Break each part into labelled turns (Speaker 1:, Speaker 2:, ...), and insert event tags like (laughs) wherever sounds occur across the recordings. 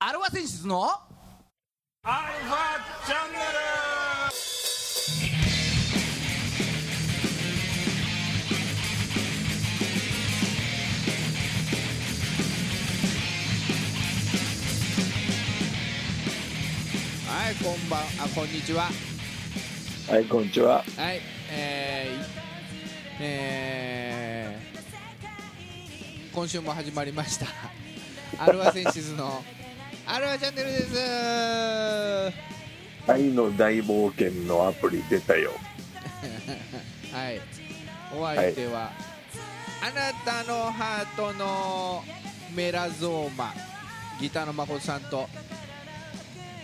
Speaker 1: アルファ選出の
Speaker 2: アルファチャンネル
Speaker 1: はいこんばんあこんにちは
Speaker 3: はい、こんにちは。
Speaker 1: はいえー、えー、今週も始まりましたアルファ選出のアルファチャンネルです
Speaker 3: 愛の大冒険のアプリ出たよ。
Speaker 1: はいお相手は、あなたのハートのメラゾーマギターの誠さんと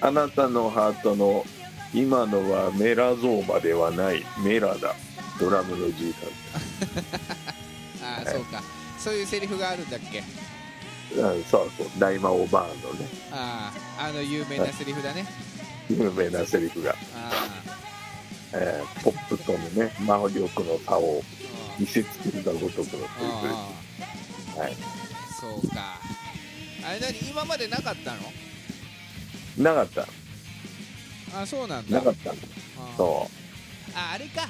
Speaker 3: あなたのハートの今のはメラゾーマではないメラだ。ドラムのじい
Speaker 1: ああ、
Speaker 3: はい
Speaker 1: そうかそういうセリフがあるんだっけ
Speaker 3: さん。うん、そうそう、大魔王バーンのね、
Speaker 1: あああの有名なセリフだね、
Speaker 3: 有名なセリフが、
Speaker 1: ああ
Speaker 3: えーポップとのね、魔力の差を見せつけるがごとく
Speaker 1: う
Speaker 3: のセ
Speaker 1: んう
Speaker 3: リ
Speaker 1: んうん
Speaker 3: フで
Speaker 1: (laughs) そうかあれ何今までなかったの
Speaker 3: す。はい。なかった。
Speaker 1: あそうなんだ
Speaker 3: なかったんだ。
Speaker 1: うん
Speaker 3: そ
Speaker 1: ああれか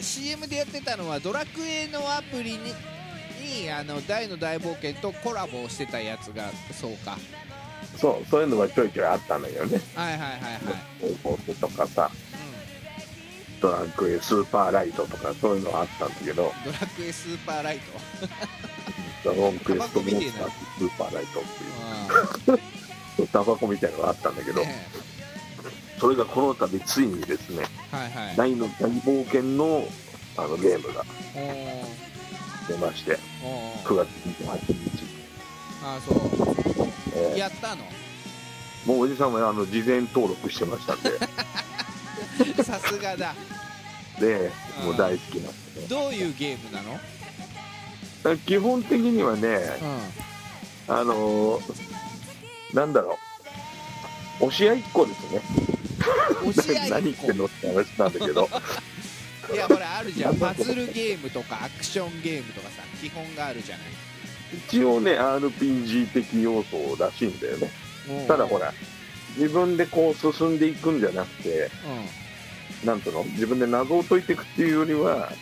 Speaker 1: CM でやってたのはドラクエのアプリににあの大の大冒険とコラボをしてたやつがそうか
Speaker 3: う。そう、そういうのがちょいちょいあったのよね。
Speaker 1: はいはいはいはい、
Speaker 3: 高校生とかさ、ドラクエスーパーライトとかそういうのがあったんだけど、
Speaker 1: うん、ドラクエスーパーライト
Speaker 3: ドラゴンクエストモンスタースーパーライトって
Speaker 1: う
Speaker 3: いうタバコみたいなのがあったんだけ
Speaker 1: ん
Speaker 3: ど、
Speaker 1: ね
Speaker 3: それがこの度ついにですね
Speaker 1: はいはい
Speaker 3: 大の大冒険のあのゲームが
Speaker 1: おー
Speaker 3: 出まして
Speaker 1: おー
Speaker 3: 9月28日、
Speaker 1: あそ
Speaker 3: え
Speaker 1: う
Speaker 3: ー
Speaker 1: やった (laughs) の
Speaker 3: もうおじさんはあの事前登録してまし
Speaker 1: (laughs)
Speaker 3: たんで
Speaker 1: さすがだ
Speaker 3: で
Speaker 1: うん
Speaker 3: もう大好きなんでね
Speaker 1: どういうゲームなの
Speaker 3: だから基本的にはね
Speaker 1: う
Speaker 3: あのーなんだろう押し合いっ子ですね
Speaker 1: ん押し合い
Speaker 3: (laughs) 何
Speaker 1: っ
Speaker 3: 言ってんのって話なんだ
Speaker 1: (laughs)
Speaker 3: けど
Speaker 1: いやほらあるじゃんパズルゲームとかアクションゲームとかさ基本があるじゃない
Speaker 3: 一応ね RPG 的要素らしいんだよねただほ
Speaker 1: ら、
Speaker 3: ら自分でこう進んでいくんじゃなくて
Speaker 1: うん
Speaker 3: なんとの自分で謎を解いていくっていうよりは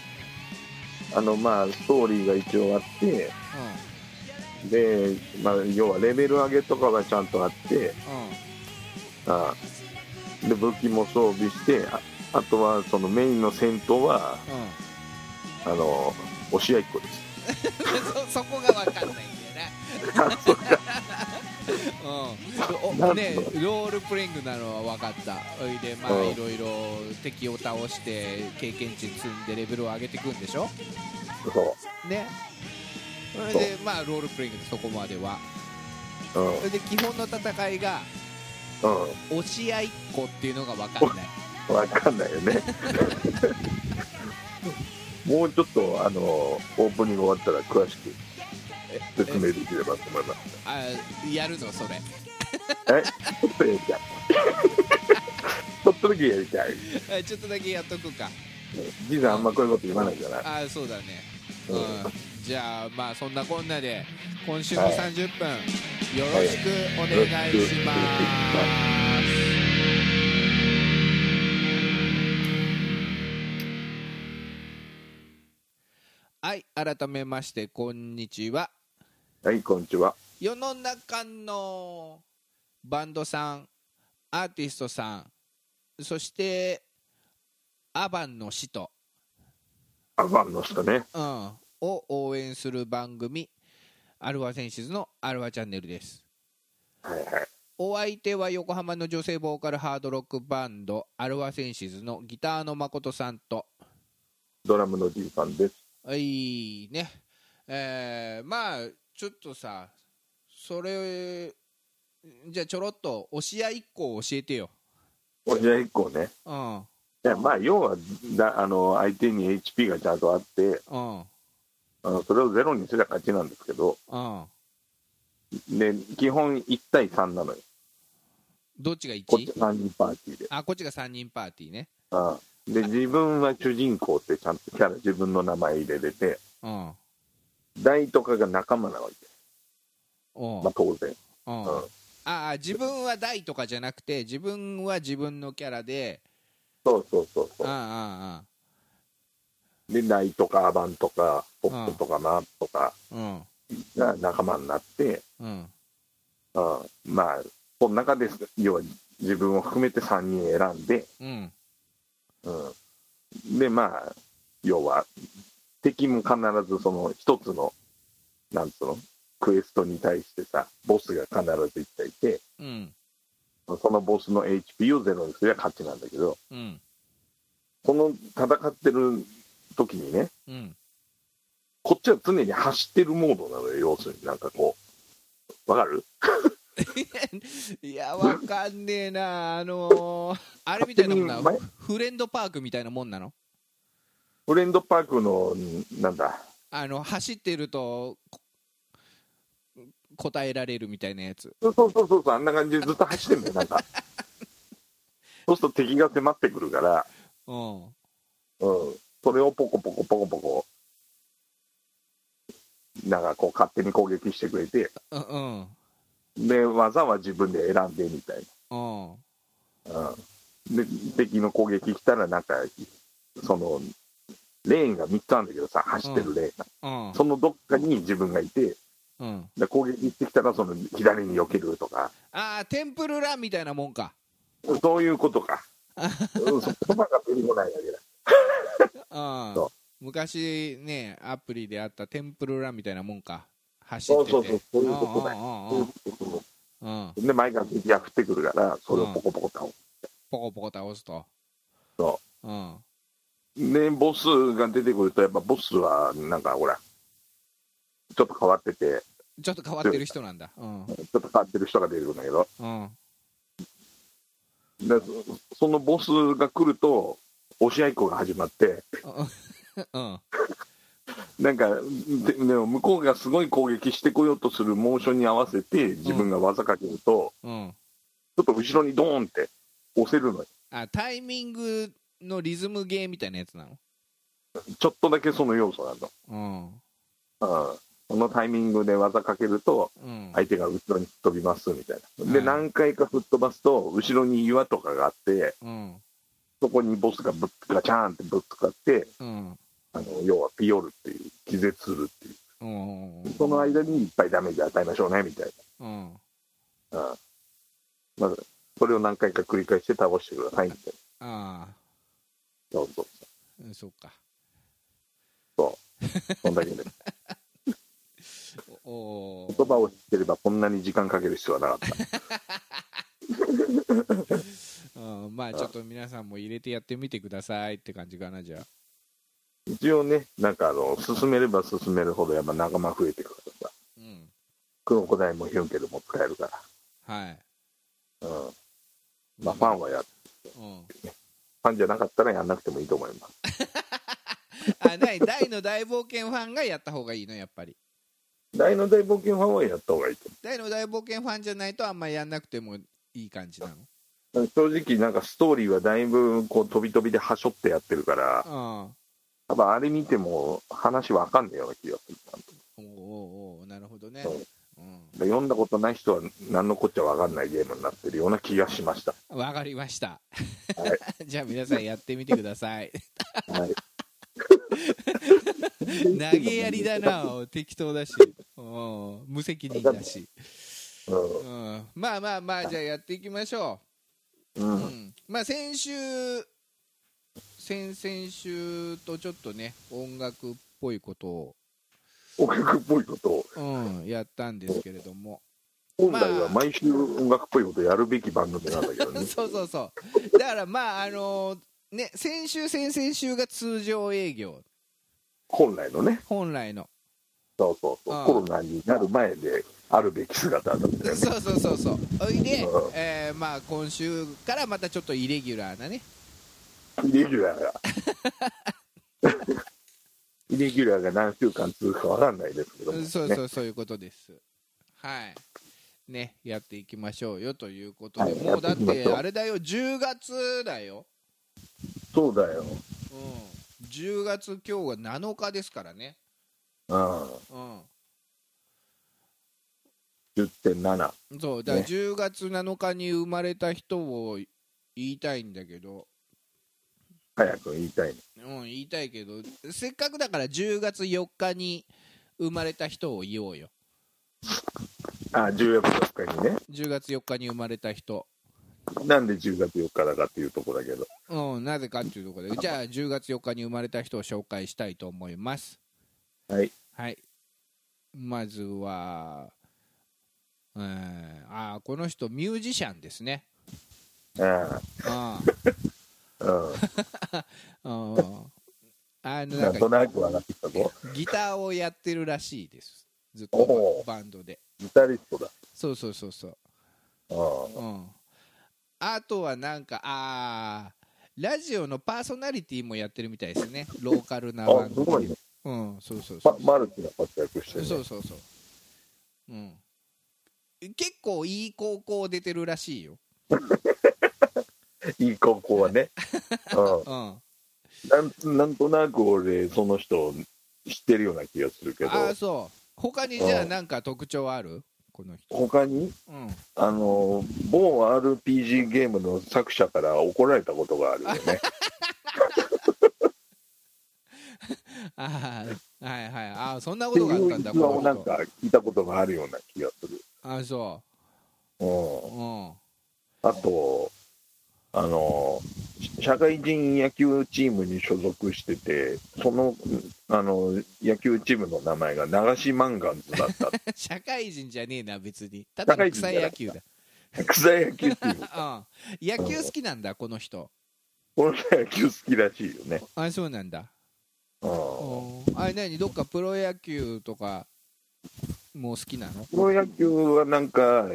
Speaker 3: あのまあストーリーが一応あって
Speaker 1: う
Speaker 3: で、まあ、要はレベル上げとかがちゃんとあって
Speaker 1: んうん
Speaker 3: ああで武器も装備してああとはそのメインの戦闘は
Speaker 1: う
Speaker 3: あの押し合いっこです
Speaker 1: ん、そそこが分かんないんだよね。うん、おねロールプレイングなのは分かった。おいでまあ
Speaker 3: うん
Speaker 1: いろいろ敵を倒して経験値積んでレベルを上げていくんでしょ。
Speaker 3: そ
Speaker 1: ね。それでまあロールプレイングでそこまでは。
Speaker 3: ううん
Speaker 1: それで基本の戦いが
Speaker 3: う
Speaker 1: 押し合いっこっていうのが分かんない。
Speaker 3: んわかんないよねもうちょっとあのオープニング終わったら詳しく説明できればと思います
Speaker 1: あやるのそれ。 (laughs)
Speaker 3: えちょっとやりたい。ちょっとだけやりたい。
Speaker 1: あちょっとだけやっとくか。
Speaker 3: じいさんあんまこういうこと言わないじゃない。
Speaker 1: あそうだね。
Speaker 3: うん
Speaker 1: うん、じゃあまあそんなこんなで今週の
Speaker 3: はい
Speaker 1: 30分、よろしくお願いします、はい改めましてこんにちは
Speaker 3: はい、こんにちは。
Speaker 1: 世の中のバンドさんアーティストさんそしてアバンの使徒
Speaker 3: アバンの人ね。
Speaker 1: うん、を応援する番組アルファセンシズのアルファチャンネルです
Speaker 3: はいはい。
Speaker 1: お相手は横浜の女性ボーカルハードロックバンドアルファセンシズのギターの誠さんと
Speaker 3: ドラムのじいさんです。
Speaker 1: いいねえーまあちょっとさそれじゃあちょろっと押し合い1個を教えてよ
Speaker 3: こちら以降ね。
Speaker 1: うんうん
Speaker 3: いやまあ、要はだあの相手に HP がちゃんとあって
Speaker 1: うん
Speaker 3: あのそれをゼロにすれば勝ちなんですけどで基本1対3なのよ
Speaker 1: どっちが
Speaker 3: こっち
Speaker 1: 1?
Speaker 3: 3人パーティーで
Speaker 1: あこっちが3人パーティーね
Speaker 3: ああで自分は主人公ってちゃんとキャラ自分の名前入れれて
Speaker 1: うん
Speaker 3: 大とかが仲間なわけ、
Speaker 1: うん
Speaker 3: まあ、当然
Speaker 1: うん
Speaker 3: うん
Speaker 1: あああ自分は大とかじゃなくて自分は自分のキャラで
Speaker 3: そうそうそう
Speaker 1: ああ
Speaker 3: そ
Speaker 1: あ
Speaker 3: うでナイとかアバンとかポップとかマープとか
Speaker 1: あうん
Speaker 3: が仲間になって、
Speaker 1: うん
Speaker 3: うん、まあこの中です要は自分を含めて3人選んで、
Speaker 1: うん
Speaker 3: うん、でまあ要は敵も必ずその一つのなんつうのクエストに対してさボスが必ず一体いて
Speaker 1: うん
Speaker 3: そのボスの HP をゼロにすれば勝ちなんだけど
Speaker 1: うん
Speaker 3: この戦ってる時にね
Speaker 1: うん
Speaker 3: こっちは常に走ってるモードなのよ要するになんかこうわかる
Speaker 1: いやわかんねえなあのーあれみたいなもんな
Speaker 3: 勝手に
Speaker 1: フレンドパークみたいなもんなの
Speaker 3: フレンドパークのなんだ
Speaker 1: あの走ってるとこ答えられるみたいなやつ
Speaker 3: そうそうそうそうあんな感じでずっと走ってんだよなんか
Speaker 1: (laughs)
Speaker 3: そうすると敵が迫ってくるから
Speaker 1: うん
Speaker 3: うん、それをポコポコポコポコ、なんかこう勝手に攻撃してくれて、
Speaker 1: うんうん
Speaker 3: で、技は自分で選んでみたい
Speaker 1: うん
Speaker 3: な。うん、で、敵の攻撃来たら、なんか、その、レーンが3つあるんだけどさ、走ってるレーンが、
Speaker 1: うん
Speaker 3: そのどっかに自分がいて、
Speaker 1: うん
Speaker 3: で攻撃してきたら、その左に避けるとか、
Speaker 1: ああテンプルランみたいなもんか
Speaker 3: そういうことか。うん、そ言葉が出てこないだけだ。
Speaker 1: うん
Speaker 3: そ
Speaker 1: 昔ねアプリであったテンプルランみたいなもんか走
Speaker 3: そ
Speaker 1: っ
Speaker 3: う
Speaker 1: てて
Speaker 3: そうそう、そういうことだよ。そういう
Speaker 1: だ
Speaker 3: こと
Speaker 1: (laughs) うん
Speaker 3: で、前から敵が降ってくるから、それをポコポコ倒す。
Speaker 1: ポコポコ倒すと
Speaker 3: そう
Speaker 1: うん
Speaker 3: ね、ボスが出てくると、やっぱボスは、なんかほら、ちょっと変わってて、
Speaker 1: ちょっと変わってる人なんだうん
Speaker 3: ちょっと変わってる人が出てくるんだけど、
Speaker 1: うん
Speaker 3: でそそのボスが来ると、押し合いっこが始まって、
Speaker 1: うん
Speaker 3: なんか、ででも向こうがすごい攻撃してこようとするモーションに合わせて、自分が技かけると、
Speaker 1: うん
Speaker 3: ちょっと後ろにドーンって押せるのよ。
Speaker 1: あタイミングのリズムゲーみたいなやつなの
Speaker 3: ちょっとだけその要素なの。
Speaker 1: うん
Speaker 3: うんこのタイミングで技かけると、
Speaker 1: うん
Speaker 3: 相手が後ろに吹っ飛びますみたいな。で、
Speaker 1: うん
Speaker 3: 何回か吹っ飛ばすと、後ろに岩とかがあって、
Speaker 1: うん
Speaker 3: そこにボスがぶっガチャーンってぶつかって、
Speaker 1: うん
Speaker 3: あの要はピヨるっていう、気絶するっていう、
Speaker 1: うん
Speaker 3: その間にいっぱいダメージ与えましょうねみたい
Speaker 1: うん
Speaker 3: な、うんまずそれを何回か繰り返して倒してくださいみたい
Speaker 1: ああ
Speaker 3: な、そうそう、
Speaker 1: うんそっか
Speaker 3: そんだけで、
Speaker 1: おおー
Speaker 3: (laughs) 言葉を知ってれば、こんなに時間かける必要はなかった、
Speaker 1: うん、まあちょっと皆さんも入れてやってみてくださいって感じかなじゃあ
Speaker 3: 一応ね、なんかあの進めれば進めるほど、やっぱ仲間増えてくるからさ、
Speaker 1: うん
Speaker 3: クロコダイもヒュンケルも使えるか
Speaker 1: はい
Speaker 3: ら、うんまあ、ファンはや、
Speaker 1: うん
Speaker 3: ファンじゃなかったらやんなくてもいいと思います。
Speaker 1: あない大の大冒険ファンがやった方がいいのやっぱり
Speaker 3: 大の大冒険ファンはやった方がいいと思う
Speaker 1: 大の大冒険ファンじゃないとあんまやんなくてもいい感じなの
Speaker 3: 正直なんかストーリーはだいぶこう飛び飛びではしょってやってるから多分あれ見ても話わかんねえような気がする
Speaker 1: うんおうおうおうなるほどね
Speaker 3: そう
Speaker 1: うん
Speaker 3: で読んだことない人は何のこっちゃわかんないゲームになってるような気がしました
Speaker 1: わかりました、
Speaker 3: は
Speaker 1: (laughs) じゃあ皆さんやってみてください
Speaker 3: はい
Speaker 1: 投げやりだな適当だしうん無責任だし、
Speaker 3: う
Speaker 1: うん、まあまあまあじゃあやっていきましょう
Speaker 3: うんう
Speaker 1: うんんまあ先週先々週とちょっとね音楽っぽいことを、
Speaker 3: 音楽っぽいことを
Speaker 1: うん、やったんですけれども
Speaker 3: 本来は毎週音楽っぽいことやるべき番組なんだけどね
Speaker 1: そうそうそうだからまああのね先週先々週が通常営業
Speaker 3: 本来のね
Speaker 1: 本来の
Speaker 3: そうそうそう
Speaker 1: ああ
Speaker 3: コロナになる前であるべき姿だったよね
Speaker 1: そうそうそうそうおいで
Speaker 3: うん、
Speaker 1: えーまあ今週からまたちょっとイレギュラーなね
Speaker 3: イレギュラーが
Speaker 1: (laughs)
Speaker 3: イレギュラーが何週間続くかわかんないですけども、ね、
Speaker 1: そうそうそういうことです。はい。ね、やっていきましょうよということで、
Speaker 3: はい
Speaker 1: もうだっ
Speaker 3: やっていきま
Speaker 1: て
Speaker 3: しょう
Speaker 1: あれだよ、10月だよ。
Speaker 3: そうだよ。
Speaker 1: うん。10月今日が7日ですからね。
Speaker 3: うん。
Speaker 1: うん。
Speaker 3: 10.7
Speaker 1: そうだから
Speaker 3: ね
Speaker 1: 10月7日に生まれた人を言いたいんだけど、
Speaker 3: 早く言いたいね
Speaker 1: うん、言いたいけどせっかくだから10月4日に生まれた人を言おうよ
Speaker 3: あ10月4日にね
Speaker 1: 10月4日に生まれた人
Speaker 3: なんで10月4日だかっていうとこだけど
Speaker 1: うん、なぜかっていうところでじゃあ10月4日に生まれた人を紹介したいと思います
Speaker 3: はい
Speaker 1: はいまずはうんあーこの人ミュージシャンですね
Speaker 3: あ
Speaker 1: あ (laughs)
Speaker 3: あうん
Speaker 1: ーうんあの
Speaker 3: な
Speaker 1: なんん
Speaker 3: と
Speaker 1: か
Speaker 3: なく分かってきたぞ
Speaker 1: ギターをやってるらしいですずっ
Speaker 3: お
Speaker 1: と
Speaker 3: お
Speaker 1: バンドで
Speaker 3: ギタリストだ
Speaker 1: そうそうそうそう
Speaker 3: う
Speaker 1: うんあとはなんかあーラジオのパーソナリティもやってるみたいですねローカルなん
Speaker 3: あ
Speaker 1: 番
Speaker 3: す
Speaker 1: 組
Speaker 3: ごいね
Speaker 1: うんそうそうそう
Speaker 3: まマルチな活躍してる、
Speaker 1: そ
Speaker 3: ね
Speaker 1: う、そうそううん結構いい高校出てるらしいよ
Speaker 3: いい高校はね、う
Speaker 1: うんあ
Speaker 3: ん、なんなんとなく俺その人知ってるような気がするけど
Speaker 1: あそう他にじゃあ
Speaker 3: うん
Speaker 1: なんか特徴あるこの人
Speaker 3: 他に
Speaker 1: うん
Speaker 3: あの某 RPG ゲームの作者から怒られたことがあるよね
Speaker 1: (laughs) ああはいはいああそんな
Speaker 3: っ
Speaker 1: こ
Speaker 3: て
Speaker 1: とがあった
Speaker 3: いうん
Speaker 1: だ
Speaker 3: 逸話をなん
Speaker 1: 人
Speaker 3: か聞いたことがあるような気がする、
Speaker 1: ああそ
Speaker 3: うん
Speaker 1: う、うん (laughs)
Speaker 3: あとあの社会人野球チームに所属しててそのあの野球チームの名前が流しマンガンズだった
Speaker 1: 社会人じゃねえな別にただの草野球だ
Speaker 3: 草野球っていう
Speaker 1: うん野球好きなんだこの人
Speaker 3: この人野球好きらしいよね、
Speaker 1: あそうなんだ
Speaker 3: うん、
Speaker 1: うんあれ何どっかプロ野球とかもう好きなの
Speaker 3: プロ野球はなんか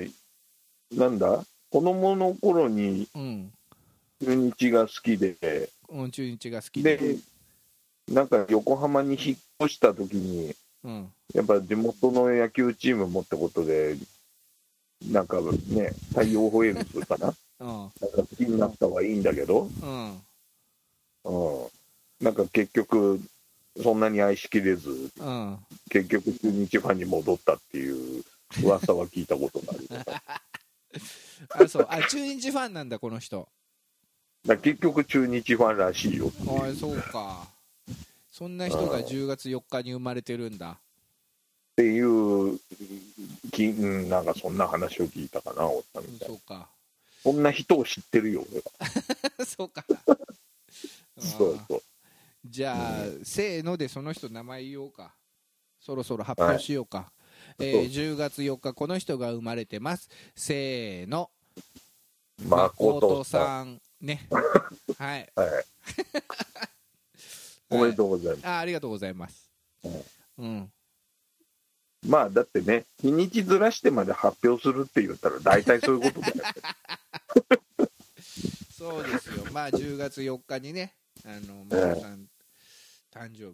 Speaker 3: なんだ子供の頃に
Speaker 1: うん
Speaker 3: 中日が好きで
Speaker 1: うん中日が好きで
Speaker 3: でなんか横浜に引っ越した時に
Speaker 1: うん
Speaker 3: やっぱ地元の野球チームもってことでなんかね太陽ホエールズかな (laughs)
Speaker 1: うん
Speaker 3: なんか好きになったはいいんだけど、
Speaker 1: うん
Speaker 3: うん、なんか結局そんなに愛しきれず
Speaker 1: うん
Speaker 3: 結局中日ファンに戻ったっていう噂は聞いたことがあ
Speaker 1: (laughs)
Speaker 3: るだか
Speaker 1: あそうあ中日ファンなんだこの人
Speaker 3: ら結局中日ファンらしいよって
Speaker 1: あ
Speaker 3: いう
Speaker 1: そうかそんな人が10月4日に生まれてるんだ
Speaker 3: っていうきうんなんかそんな話を聞いたかなおっさんみたい
Speaker 1: そ
Speaker 3: な
Speaker 1: うか (laughs)
Speaker 3: そんな人を知ってるよ俺は
Speaker 1: そうかあ
Speaker 3: (laughs) そうそう
Speaker 1: じゃあ、せーのでその人名前言おうかそろそろ発表しようか、えー10月4日この人が生まれてますせーの
Speaker 3: 誠さ
Speaker 1: さ
Speaker 3: ん
Speaker 1: ん
Speaker 3: (laughs)
Speaker 1: ね (laughs) はい
Speaker 3: はいおめでとうございます、
Speaker 1: あありがとうございますうん
Speaker 3: まあだってね日にちずらしてまで発表するって言ったら大体そういうことだよね
Speaker 1: そうですよまあ10月4日にねあのマコさん誕生日なんです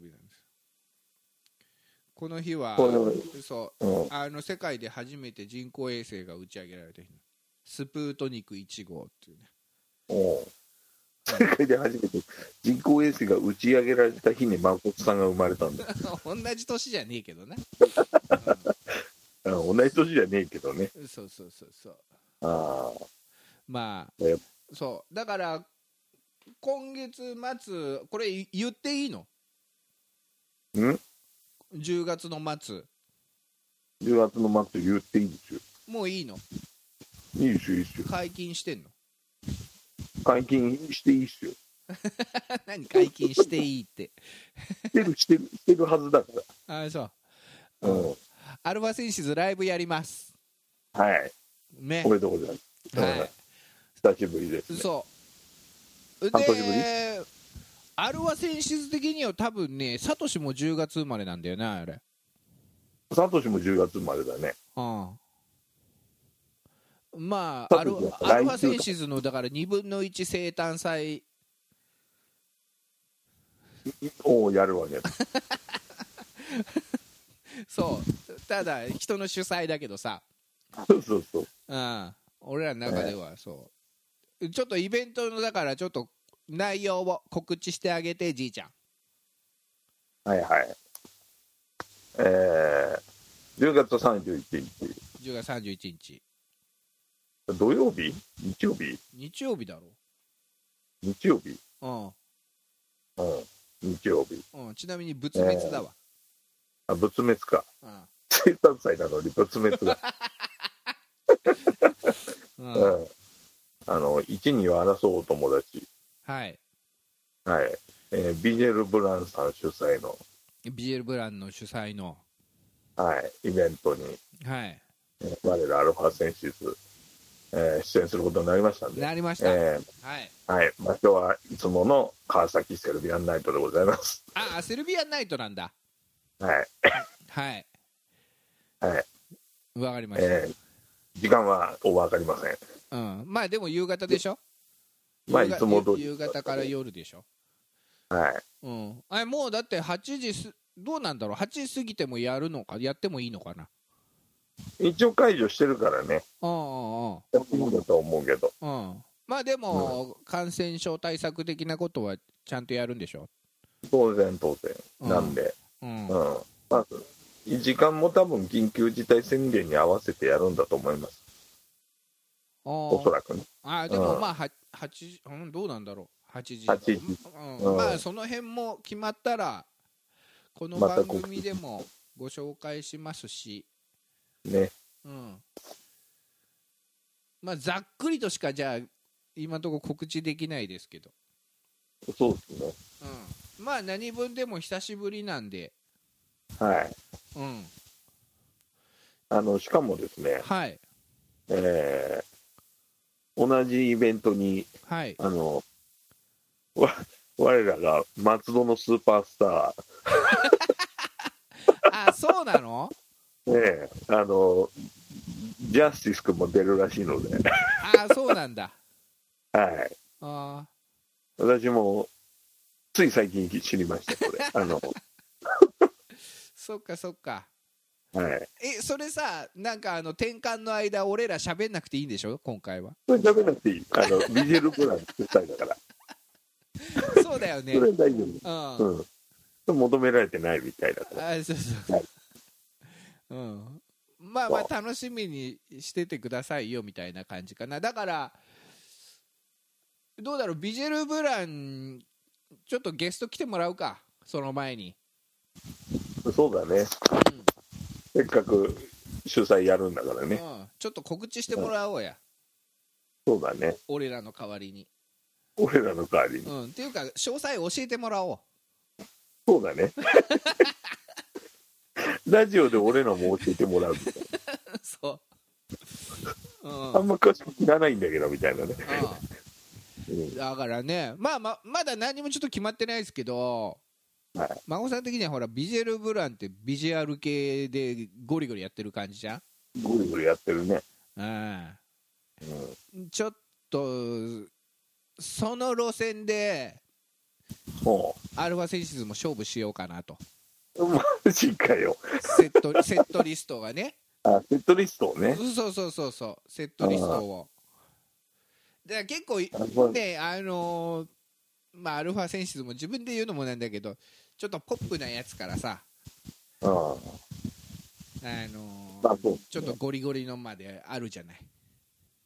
Speaker 1: この日は
Speaker 3: これ
Speaker 1: そう
Speaker 3: うん
Speaker 1: あの世界で初めて人工衛星が打ち上げられた日スプートニク1号っていうね (laughs)
Speaker 3: お (laughs) う世界で初めて人工衛星が打ち上げられた日に誠さんが生まれたんだ
Speaker 1: 同じ年じゃねえけどな、
Speaker 3: うん同じ年じゃねえけどね。
Speaker 1: うんそうそうそうそう
Speaker 3: あ
Speaker 1: まあ
Speaker 3: あ、やっ
Speaker 1: そうだから今月末これい言っていいの
Speaker 3: ぱん
Speaker 1: ?10 月の末
Speaker 3: ?10 月の末言っていいですよ。
Speaker 1: もういいの
Speaker 3: いいですよ、いいですよ。
Speaker 1: 解禁してんの
Speaker 3: 解禁していいですよ。
Speaker 1: 何解禁していいって
Speaker 3: してる、してる、してるはずだか
Speaker 1: (laughs) あそう
Speaker 3: ら。うん。はい。
Speaker 1: アルファセンシズライブやりますね
Speaker 3: おめでとうございます。
Speaker 1: は
Speaker 3: 久しぶりです、
Speaker 1: い
Speaker 3: ね。
Speaker 1: そう
Speaker 3: 半年ぶり
Speaker 1: でアルファセンシズ的には多分ねサトシも10月生まれなんだよなあれ
Speaker 3: サトシも10月までだね。
Speaker 1: うん、まあ
Speaker 3: そ
Speaker 1: ア
Speaker 3: うで
Speaker 1: ル
Speaker 3: すよ
Speaker 1: アルファ
Speaker 3: 来週
Speaker 1: センシズのだから2分の1生誕祭
Speaker 3: をやるわ (laughs) けだ。
Speaker 1: そうただ人の主催だけどさ、
Speaker 3: そうそうそう。
Speaker 1: うん、俺らの中ではそうちょっとイベントのだからちょっと内容を告知してあげてじいちゃん
Speaker 3: はいはい。えー、10月31日、
Speaker 1: 10月31日
Speaker 3: 土曜日日曜日
Speaker 1: 日曜日だろ
Speaker 3: 日曜日
Speaker 1: うん
Speaker 3: うん。日曜日。
Speaker 1: うん、ちなみに仏滅だわ、
Speaker 3: あ、仏滅か。
Speaker 1: うん
Speaker 3: 生産祭なのに仏滅
Speaker 1: (laughs)
Speaker 3: が。
Speaker 1: うん
Speaker 3: うん。あの、1、2を争うお友達。
Speaker 1: はい
Speaker 3: はい。えービジェル・ブランさん主催の、
Speaker 1: ビエル・ブランの主催の
Speaker 3: はい、イベントに、
Speaker 1: はい
Speaker 3: えー我らアルファセンシス、えー出演することになりましたんで、
Speaker 1: なりました、は
Speaker 3: え
Speaker 1: い
Speaker 3: ーはい。まあ、今日はいつもの川崎セルビアンナイトでございます。
Speaker 1: ああセルビアンナイトなんだ
Speaker 3: はい。
Speaker 1: はい
Speaker 3: はい
Speaker 1: わかりました、
Speaker 3: えー時間はお分かりません。
Speaker 1: うんまあでも夕方でしょ
Speaker 3: まあ
Speaker 1: 夕方
Speaker 3: いつも通り
Speaker 1: 夕方から夜でしょ
Speaker 3: はい。
Speaker 1: うんあれもうだって8時すどうなんだろう8時過ぎてもやるのかやってもいいのかな
Speaker 3: 一応解除してるからね、
Speaker 1: うんうん
Speaker 3: やっていいんだと思うけど、
Speaker 1: うんうんまあでも、感染症対策的なことはちゃんとやるんでしょ
Speaker 3: 当然当然。
Speaker 1: うん
Speaker 3: なんで、
Speaker 1: うん、
Speaker 3: うん。まあ、時間も多分緊急事態宣言に合わせてやるんだと思います。おそ
Speaker 1: あ
Speaker 3: らくね。
Speaker 1: あでも
Speaker 3: うん
Speaker 1: まあは8時、うん、どうなんだろう8時
Speaker 3: 8時
Speaker 1: うん
Speaker 3: うん
Speaker 1: まあその辺も決まったらこの
Speaker 3: また
Speaker 1: 番
Speaker 3: 告知
Speaker 1: 組でもご紹介しますし、
Speaker 3: ね。
Speaker 1: うんまあ、ざっくりとしかじゃあ今のところ告知できないですけど、
Speaker 3: そうですね。
Speaker 1: うん、まあ何分でも久しぶりなんで、
Speaker 3: はい。
Speaker 1: うん、
Speaker 3: あの、しかもですね、
Speaker 1: はい
Speaker 3: えー同じイベントに、
Speaker 1: はい
Speaker 3: あの、わ、我らが松戸のスーパースタ
Speaker 1: あそうなの
Speaker 3: ー、ね、あの、ジャスティス君も出るらしいので、
Speaker 1: あそうなんだ
Speaker 3: はい。
Speaker 1: あ
Speaker 3: 私も、つい最近知りました、これ。あの、
Speaker 1: ーそっかそっか
Speaker 3: はい。
Speaker 1: えそれさなんかあの転換の間俺ら喋んなくていいんでしょ今回は
Speaker 3: それ食べなくていい。あの、ビジェルブラン作ったんだから。
Speaker 1: そうだよね
Speaker 3: それは大
Speaker 1: う
Speaker 3: 丈
Speaker 1: ん
Speaker 3: 夫。うん。求められてないみたいだから。
Speaker 1: あそうそう、うん、まあまあ楽しみにしててくださいよみたいな感じかなだからどうだろうビジェル・ブランちょっとゲスト来てもらうかその前に
Speaker 3: そうだね。せっかく主催やるんだから
Speaker 1: う
Speaker 3: ね。
Speaker 1: ん、ちょっと告知してもらおうや
Speaker 3: そうだね。
Speaker 1: 俺らの代わりに、
Speaker 3: 俺らの代わりに
Speaker 1: う。ん、っていうか詳細教えてもらおう
Speaker 3: そうだ
Speaker 1: (laughs)
Speaker 3: ね。ラジオで俺らも教えてもらうみたい
Speaker 1: (laughs) そう、うん
Speaker 3: な。あんま詳しく知らないんだけど、みたいなね。
Speaker 1: うん、だからね、まあまあ、まだ何もちょっと決まってないですけど、
Speaker 3: はい
Speaker 1: 孫さん的にはほらビジュアル・ブランってビジュアル系でゴリゴリやってる感じじゃん、
Speaker 3: ゴリゴリやってるね。
Speaker 1: うん、ちょっとその路線で
Speaker 3: も
Speaker 1: アルファセンシズも勝負しようかなと
Speaker 3: うん。マジかよ。
Speaker 1: セッ
Speaker 3: (laughs)
Speaker 1: トセットリストがね
Speaker 3: あ、セットリストをね。
Speaker 1: そうそうそうそうセットリストをだから結構いねあのーまあアルファセンシズも自分で言うのもなんだけどちょっとポップなやつからさ
Speaker 3: うん。
Speaker 1: あの
Speaker 3: ま
Speaker 1: ー
Speaker 3: あ、そう。
Speaker 1: ちょっとゴリゴリのまであるじゃない、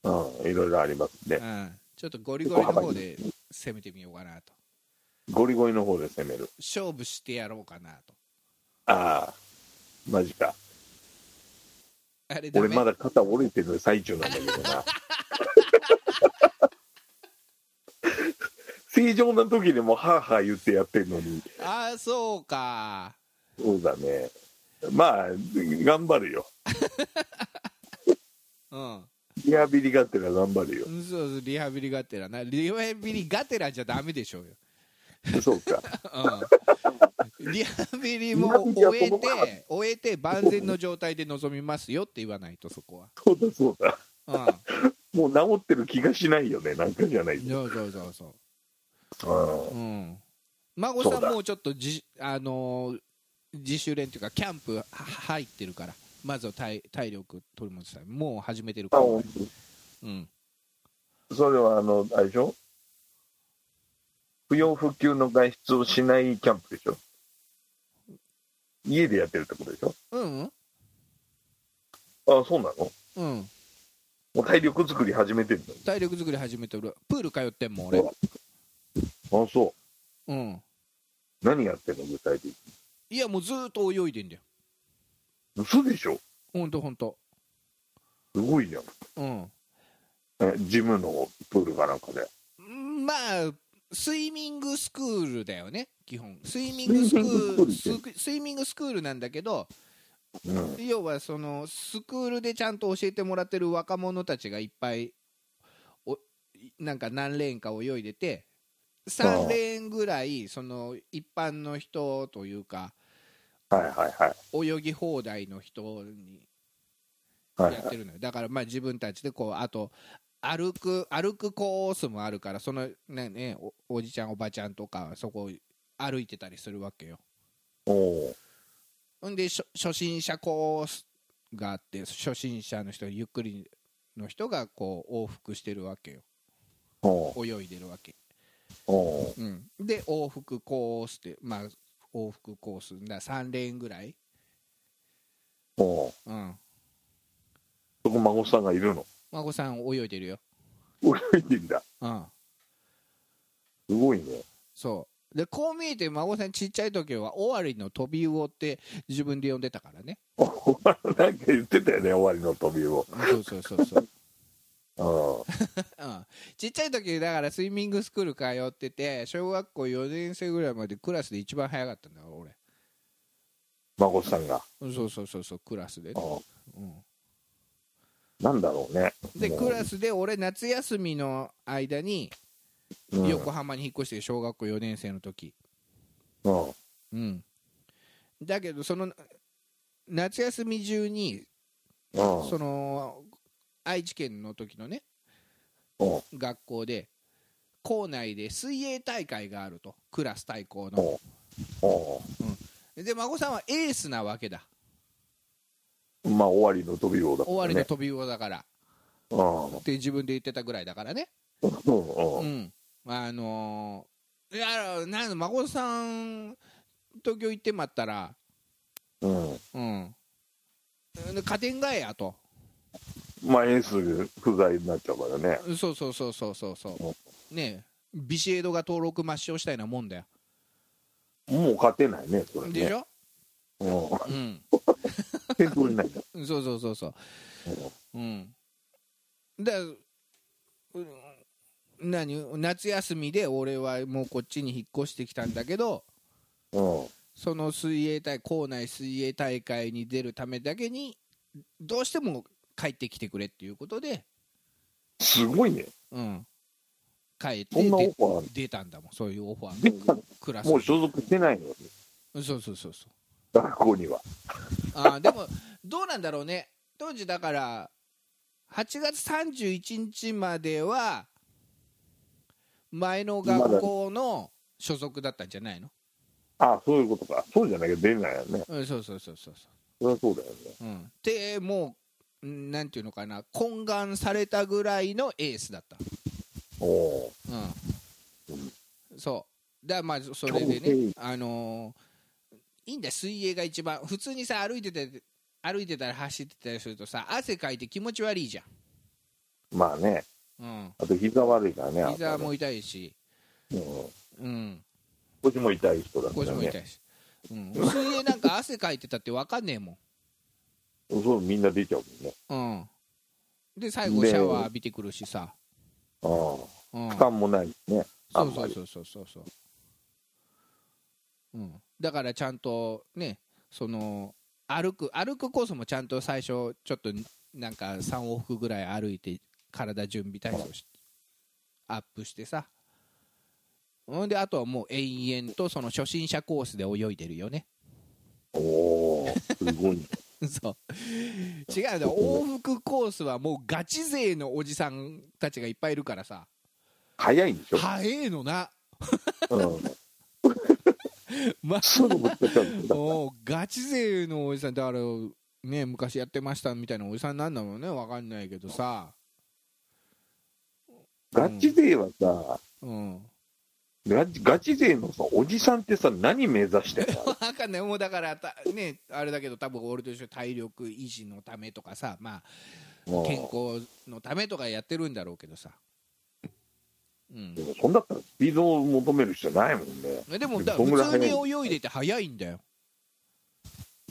Speaker 3: うん。いろいろありますね
Speaker 1: う。ん、ちょっとゴリゴリの方で攻めてみようかなと
Speaker 3: ゴリゴリの方で攻める。
Speaker 1: 勝負してやろうかなと
Speaker 3: ああ、マジか。
Speaker 1: あれダメ
Speaker 3: 俺まだ肩折れてる最中なんだけどな。 (laughs) 正常な時でもハーハー言ってやってるのに、
Speaker 1: ああそうか
Speaker 3: そうだね。まあ、頑張るよ。
Speaker 1: うん
Speaker 3: リハビリがあってら頑張るよ。
Speaker 1: うんそうそうリハビリがてらなリハビリがてらじゃダメでしょうよ、
Speaker 3: そうか。
Speaker 1: うん、リハビリも終えて終えて万全の状態で臨みますよって言わないとそこ
Speaker 3: そうだそうだ。
Speaker 1: はうん
Speaker 3: もう治ってる気がしないよね。なんかじゃない。うん。
Speaker 1: そうそうそうそう
Speaker 3: そ
Speaker 1: うん、孫さ
Speaker 3: そうんだ
Speaker 1: もうちょっと自,、あのー自主練というかキャンプは入ってるからまずは体体力取り戻したいもう始めてるから、う
Speaker 3: れ
Speaker 1: ん、
Speaker 3: はあの、あれでしょ不要不急の外出をしないキャンプでしょ家でやってるってことでしょ
Speaker 1: うんうん
Speaker 3: あそうなの
Speaker 1: うん
Speaker 3: もう体力作り始めてる
Speaker 1: 体力作り始めてるプール通ってんもん俺
Speaker 3: うのあそ
Speaker 1: うん
Speaker 3: う何やってんの具体的
Speaker 1: いやもうずーっと泳いでんだよ
Speaker 3: に嘘でしょ
Speaker 1: ほんとほんと
Speaker 3: すごいじゃん
Speaker 1: うん
Speaker 3: えジムのプールかなんかで
Speaker 1: まあスイミングスクールだよね基本スイミングスクール
Speaker 3: スイミングスクール
Speaker 1: ススイミングスクールなんだけど
Speaker 3: うん
Speaker 1: 要はそのスクールでちゃんと教えてもらってる若者たちがいっぱいおなんか何レーンか泳いでて3レーンぐらいその一般の人というか
Speaker 3: はいはいはい
Speaker 1: 泳ぎ放題の人に
Speaker 3: はい
Speaker 1: やっ
Speaker 3: はい
Speaker 1: てるのよだからまあ自分たちでこうあと歩く歩くコースもあるからそのねねおおじちゃんおばちゃんとかそこ歩いてたりするわけよ
Speaker 3: おお
Speaker 1: ほんで初初心者コースがあって初心者の人ゆっくりの人がこう往復してるわけよ
Speaker 3: お
Speaker 1: 泳いでるわけ、
Speaker 3: おお
Speaker 1: うん、で往復コースってまあ往復コースだ3レーンぐらい、
Speaker 3: おお
Speaker 1: うん、
Speaker 3: そこ孫さんがいるの
Speaker 1: 孫さん泳いでるよ、
Speaker 3: 泳いでんだ
Speaker 1: うん、
Speaker 3: すごいね
Speaker 1: そうでこう見えて孫さんちっちゃい時は尾張の飛び魚って自分で呼んでたからね
Speaker 3: なんか言ってたよね終わりの飛びを
Speaker 1: そうそうそうそう、 (laughs)
Speaker 3: う
Speaker 1: うん、ちっちゃい時だからスイミングスクール通ってて小学校4年生ぐらいまでクラスで一番早かったんだから俺
Speaker 3: ん孫さんが
Speaker 1: うんそうそうそうそうクラスで
Speaker 3: う
Speaker 1: ね、
Speaker 3: ん
Speaker 1: う
Speaker 3: なんだろうね
Speaker 1: ん、で
Speaker 3: もう
Speaker 1: クラスで俺夏休みの間に
Speaker 3: うん
Speaker 1: 横浜に引っ越して小学校4年生の時
Speaker 3: うん
Speaker 1: うんだけどその夏休み中に
Speaker 3: うん
Speaker 1: その愛知県の時のね
Speaker 3: うん
Speaker 1: 学校で校内で水泳大会があるとクラス対抗の
Speaker 3: おお
Speaker 1: で孫さんはエースなわけだ
Speaker 3: まあ終わりの飛びをだか
Speaker 1: 終
Speaker 3: ら
Speaker 1: わりの
Speaker 3: ね
Speaker 1: 飛び魚だから、
Speaker 3: うん
Speaker 1: って自分で言ってたぐらいだからね
Speaker 3: うん
Speaker 1: う
Speaker 3: うん
Speaker 1: んあのーいやなん孫さん東京行ってまったら
Speaker 3: うん
Speaker 1: うん加点がえやと
Speaker 3: まあエース不在になっちゃうからね
Speaker 1: そうそうそうそうそうそうねえビシエドが登録抹消したようなもんだよ
Speaker 3: もう勝てないねそれ
Speaker 1: でし
Speaker 3: ね
Speaker 1: ょ、
Speaker 3: うん
Speaker 1: うん
Speaker 3: 点取れないんだ
Speaker 1: そうそうそうそううん、だからうん何夏休みで俺はもうこっちに引っ越してきたんだけど
Speaker 3: うん
Speaker 1: その水泳大校内水泳大会に出るためだけにどうしても帰ってきてくれっていうことで、
Speaker 3: すごいね
Speaker 1: うん、帰っ
Speaker 3: そ
Speaker 1: て
Speaker 3: んなオ
Speaker 1: で
Speaker 3: ファーある
Speaker 1: 出たんだもんそういうオファ
Speaker 3: で
Speaker 1: ー
Speaker 3: か
Speaker 1: クラス
Speaker 3: もう所属してないの
Speaker 1: そうそうそうそう
Speaker 3: 学校には
Speaker 1: あーでもどうなんだろうね当時だから8月31日までは前の学校の所属だったんじゃないの、
Speaker 3: ああそういうことかそうじゃなきゃ出ないよね
Speaker 1: うん、そうそうそうそうそ
Speaker 3: それはそうだよね
Speaker 1: う、うん、でもうんなんていうのかな懇願されたぐらいのエースだった
Speaker 3: おお
Speaker 1: うんそうだからまあそそれで
Speaker 3: う
Speaker 1: ね
Speaker 3: ん
Speaker 1: あのーいいんだよ水泳が一番普通にさ歩いてて歩いてたり走ってたりするとさ汗かいて気持ち悪いじゃ
Speaker 3: まあね
Speaker 1: ん、うん、
Speaker 3: あと膝悪いからね
Speaker 1: 膝
Speaker 3: あ
Speaker 1: も痛いし、
Speaker 3: とねうん
Speaker 1: うん、
Speaker 3: 腰も痛い人だか
Speaker 1: 腰
Speaker 3: ら
Speaker 1: も
Speaker 3: ね
Speaker 1: 痛いし、うん、水泳なんか汗かいてたって分かんねえも
Speaker 3: そうみんな出ちゃう
Speaker 1: ん、うん、で最後シャワー浴びてくるしさ、
Speaker 3: も
Speaker 1: う
Speaker 3: んね
Speaker 1: ん
Speaker 3: ああ、負担もないねあ
Speaker 1: そうんそ
Speaker 3: ま
Speaker 1: う
Speaker 3: り
Speaker 1: そうそうそうそう、うん、だからちゃんとねその歩く歩くコースもちゃんと最初ちょっとなんか3往復ぐらい歩いて体準備体操しアップしてさほんであとはもう延々とその初心者コースで泳いでるよね (laughs)
Speaker 3: おおすごいね
Speaker 1: そう違うんだよ往復コースはもうガチ勢のおじさんたちがいっぱいいるからさ
Speaker 3: 早いんでしょ、
Speaker 1: 早えのな
Speaker 3: うん、
Speaker 1: まあ
Speaker 3: すぐぶつけちゃうんだ
Speaker 1: おーガチ勢のおじさんだからね昔やってましたみたいなおじさんなんだろうねわかんないけどさ
Speaker 3: ガチ勢はさ
Speaker 1: うん
Speaker 3: ガチガチ勢のさおじさんってさ何目指して
Speaker 1: (laughs)
Speaker 3: んの
Speaker 1: わかんないもうだからたねあれだけど多分俺と一緒に体力維持のためとかさまあ
Speaker 3: もう
Speaker 1: 健康のためとかやってるんだろうけどさ、うん、
Speaker 3: でもそんだったらスピードを求める必要ないもんね
Speaker 1: でもだ
Speaker 3: そんぐら
Speaker 1: 普
Speaker 3: い
Speaker 1: 通
Speaker 3: 速
Speaker 1: に泳
Speaker 3: い
Speaker 1: いでて速いんだよ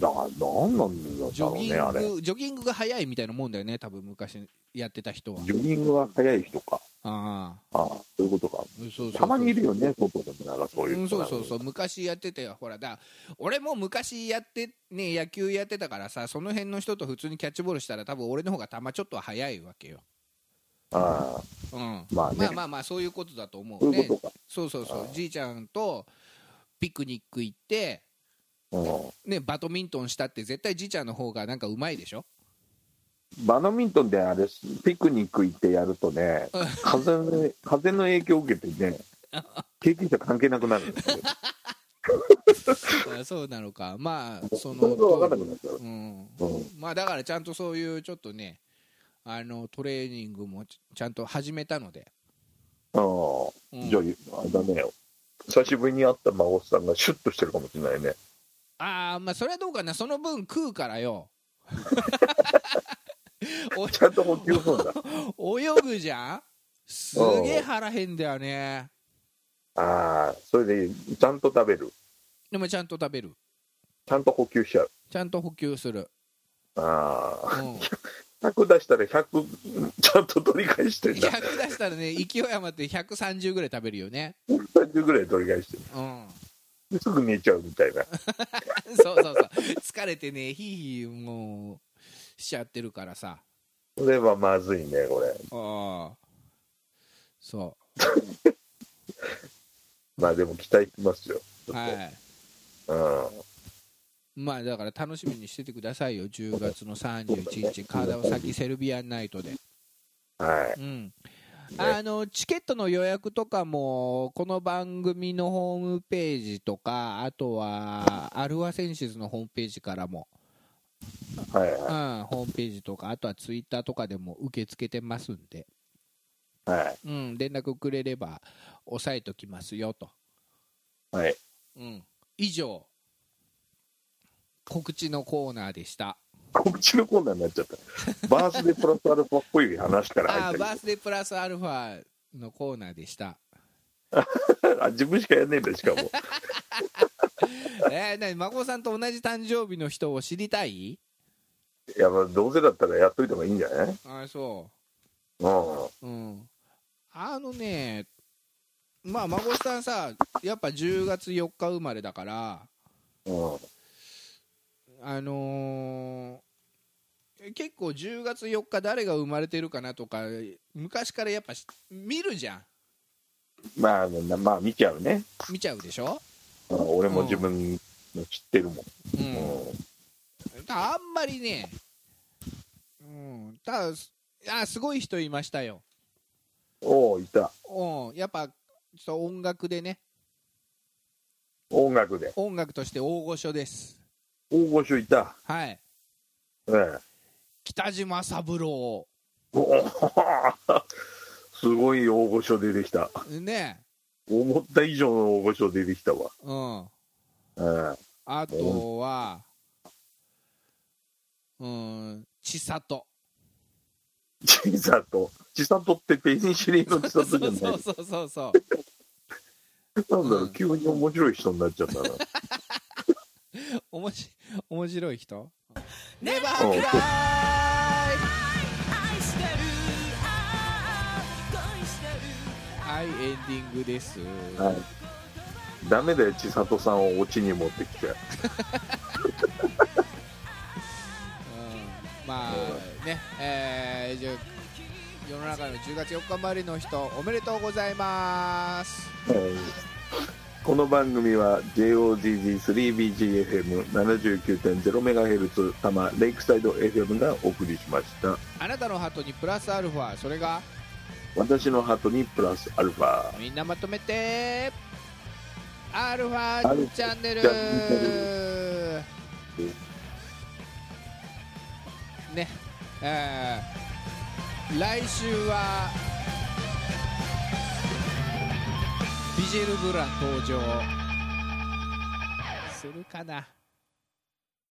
Speaker 3: だから何なんだ
Speaker 1: ジ
Speaker 3: ろ
Speaker 1: ョ
Speaker 3: う
Speaker 1: ギン
Speaker 3: ねあれ
Speaker 1: グジョギングが速いみたいなもんだよね多分昔やってた人は
Speaker 3: ジョギングは速い人か
Speaker 1: ああ
Speaker 3: ああそういうことか
Speaker 1: そうそうそう、
Speaker 3: たまにいるよね外でもなんかそういううん
Speaker 1: そ
Speaker 3: 人な
Speaker 1: うん
Speaker 3: か
Speaker 1: そうそう昔やってたよほらだ俺も昔やってね野球やってたからさその辺の人と普通にキャッチボールしたら多分俺の方が球ちょっとは速いわけよ、
Speaker 3: ああ
Speaker 1: うん
Speaker 3: まあね
Speaker 1: まあまあまあそういうことだと思
Speaker 3: そううい
Speaker 1: ね
Speaker 3: うことか
Speaker 1: そうそうそう
Speaker 3: あ
Speaker 1: じいちゃんとピクニック行って
Speaker 3: う
Speaker 1: ねバドミントンしたって絶対じいちゃんの方がなんかうまいで
Speaker 3: (laughs)
Speaker 1: しょ
Speaker 3: んバドミントンであれピクニック行ってやるとね
Speaker 1: うん
Speaker 3: 風の風の影響を受けてね
Speaker 1: (laughs)
Speaker 3: 経験者関係なくなるんですよ
Speaker 1: あそうなのかまあそ
Speaker 3: それ
Speaker 1: の
Speaker 3: が分からなくなっちゃう
Speaker 1: うん
Speaker 3: うん
Speaker 1: まあだからちゃんとそういうちょっとねあのトレーニングもちちゃんと始めたので、
Speaker 3: あ
Speaker 1: う
Speaker 3: あ
Speaker 1: ん
Speaker 3: じゃああれだね久しぶりに会った孫さんがシュッとしてるかもしれな
Speaker 1: (laughs)
Speaker 3: いね
Speaker 1: ああまあそれはどうかなその分食うからよ
Speaker 3: ちゃんと補給するんだ
Speaker 1: お泳ぐじゃんすげえ腹減んだよね
Speaker 3: ああそれでちゃんと食べる
Speaker 1: でもちゃんと食べる
Speaker 3: ちゃんと補給しちゃう
Speaker 1: ちゃんと補給する、
Speaker 3: あ
Speaker 1: う
Speaker 3: あ
Speaker 1: ん、
Speaker 3: 100出したら100ちゃんと取り返してんだ
Speaker 1: 100出したらね勢い余って130ぐらい食べるよね
Speaker 3: 30ぐらい取り返して
Speaker 1: うん
Speaker 3: ですぐ寝ちゃうみたいな
Speaker 1: そうそうそう疲れてねヒーヒーもうしちゃってるからさ
Speaker 3: それはまずいねこれ
Speaker 1: ああそ
Speaker 3: まあでも期待しますよち
Speaker 1: う
Speaker 3: ょっと
Speaker 1: はいまあだから楽しみにしててくださいよ10月の31日体を先セルビアンナイトで
Speaker 3: うんは
Speaker 1: う
Speaker 3: い
Speaker 1: んあのチケットの予約とかもこの番組のホームページとかあとはアルファセンシズのホームページからも
Speaker 3: はい
Speaker 1: うん、
Speaker 3: は
Speaker 1: ホームページとか、あとはツイッターとかでも受け付けてますんで、
Speaker 3: いはい
Speaker 1: うん、連絡くれれば、押さえときますよと。
Speaker 3: はい
Speaker 1: うん、以上、告知のコーナーでした。
Speaker 3: 告知のコーナーになっちゃったバースでプラスアルファっぽい話から
Speaker 1: あ
Speaker 3: 入
Speaker 1: あ
Speaker 3: っ
Speaker 1: ー、
Speaker 3: た
Speaker 1: バースデープラスアルファのコーナーでした。
Speaker 3: け (laughs) どあ自分しかやんねえんだしかも (laughs)
Speaker 1: えー、なに、孫さんと同じ誕生日の人を知りたい
Speaker 3: いやまあどうせだったらやっといた方がいいんじゃない
Speaker 1: ああ、そ
Speaker 3: うん
Speaker 1: う。うん。あのね、まあ、孫さんさ、やっぱ10月4日生まれだから、
Speaker 3: うん
Speaker 1: あのー結構10月4日誰が生まれてるかなとか昔からやっぱし見るじゃん
Speaker 3: まあなまあ見ちゃうね、
Speaker 1: 見ちゃうでしょ、
Speaker 3: うん、俺も自分の知ってるもん、
Speaker 1: う、
Speaker 3: うんん
Speaker 1: あんまりね、うん、ただあすごい人いましたよ、
Speaker 3: おおいた
Speaker 1: うん、やっぱちょっと音楽でね
Speaker 3: 音楽で
Speaker 1: 音楽として大御所です
Speaker 3: 大御所いた
Speaker 1: はい
Speaker 3: うん
Speaker 1: 北島三郎
Speaker 3: おー (laughs) すごい大御所出てきた
Speaker 1: ね
Speaker 3: 思った以上の大御所出てきたわ、
Speaker 1: うん
Speaker 3: うん、
Speaker 1: あとはうん千里
Speaker 3: ちさとちさとってペンシリのち
Speaker 1: そ
Speaker 3: さ
Speaker 1: う
Speaker 3: とじゃない
Speaker 1: そうそうそうそう
Speaker 3: なんだろ
Speaker 1: う
Speaker 3: うん急に面白い人になっちゃったな
Speaker 1: おもし面白い人ネバークライ
Speaker 4: 愛してるああ恋してる
Speaker 1: はいエンディングです、
Speaker 3: はいダメだよちさとさんをオチに持ってきて
Speaker 1: うん、まあねえー、じゃあ世の中の10月4日生まれの人おめでとうございます
Speaker 3: はいこの番組は JOZZ3BGFM79.0MHz 多摩レイクサイド FM がお送りしました
Speaker 1: あなたのハートにプラスアルファそれが
Speaker 3: 私のハートにプラスアルファ
Speaker 1: みんなまとめてアルフ
Speaker 3: アル
Speaker 1: ァ
Speaker 3: ファ
Speaker 1: チャンネル
Speaker 3: チャン
Speaker 1: ねえー来週はビジェル・ブラン登場するかな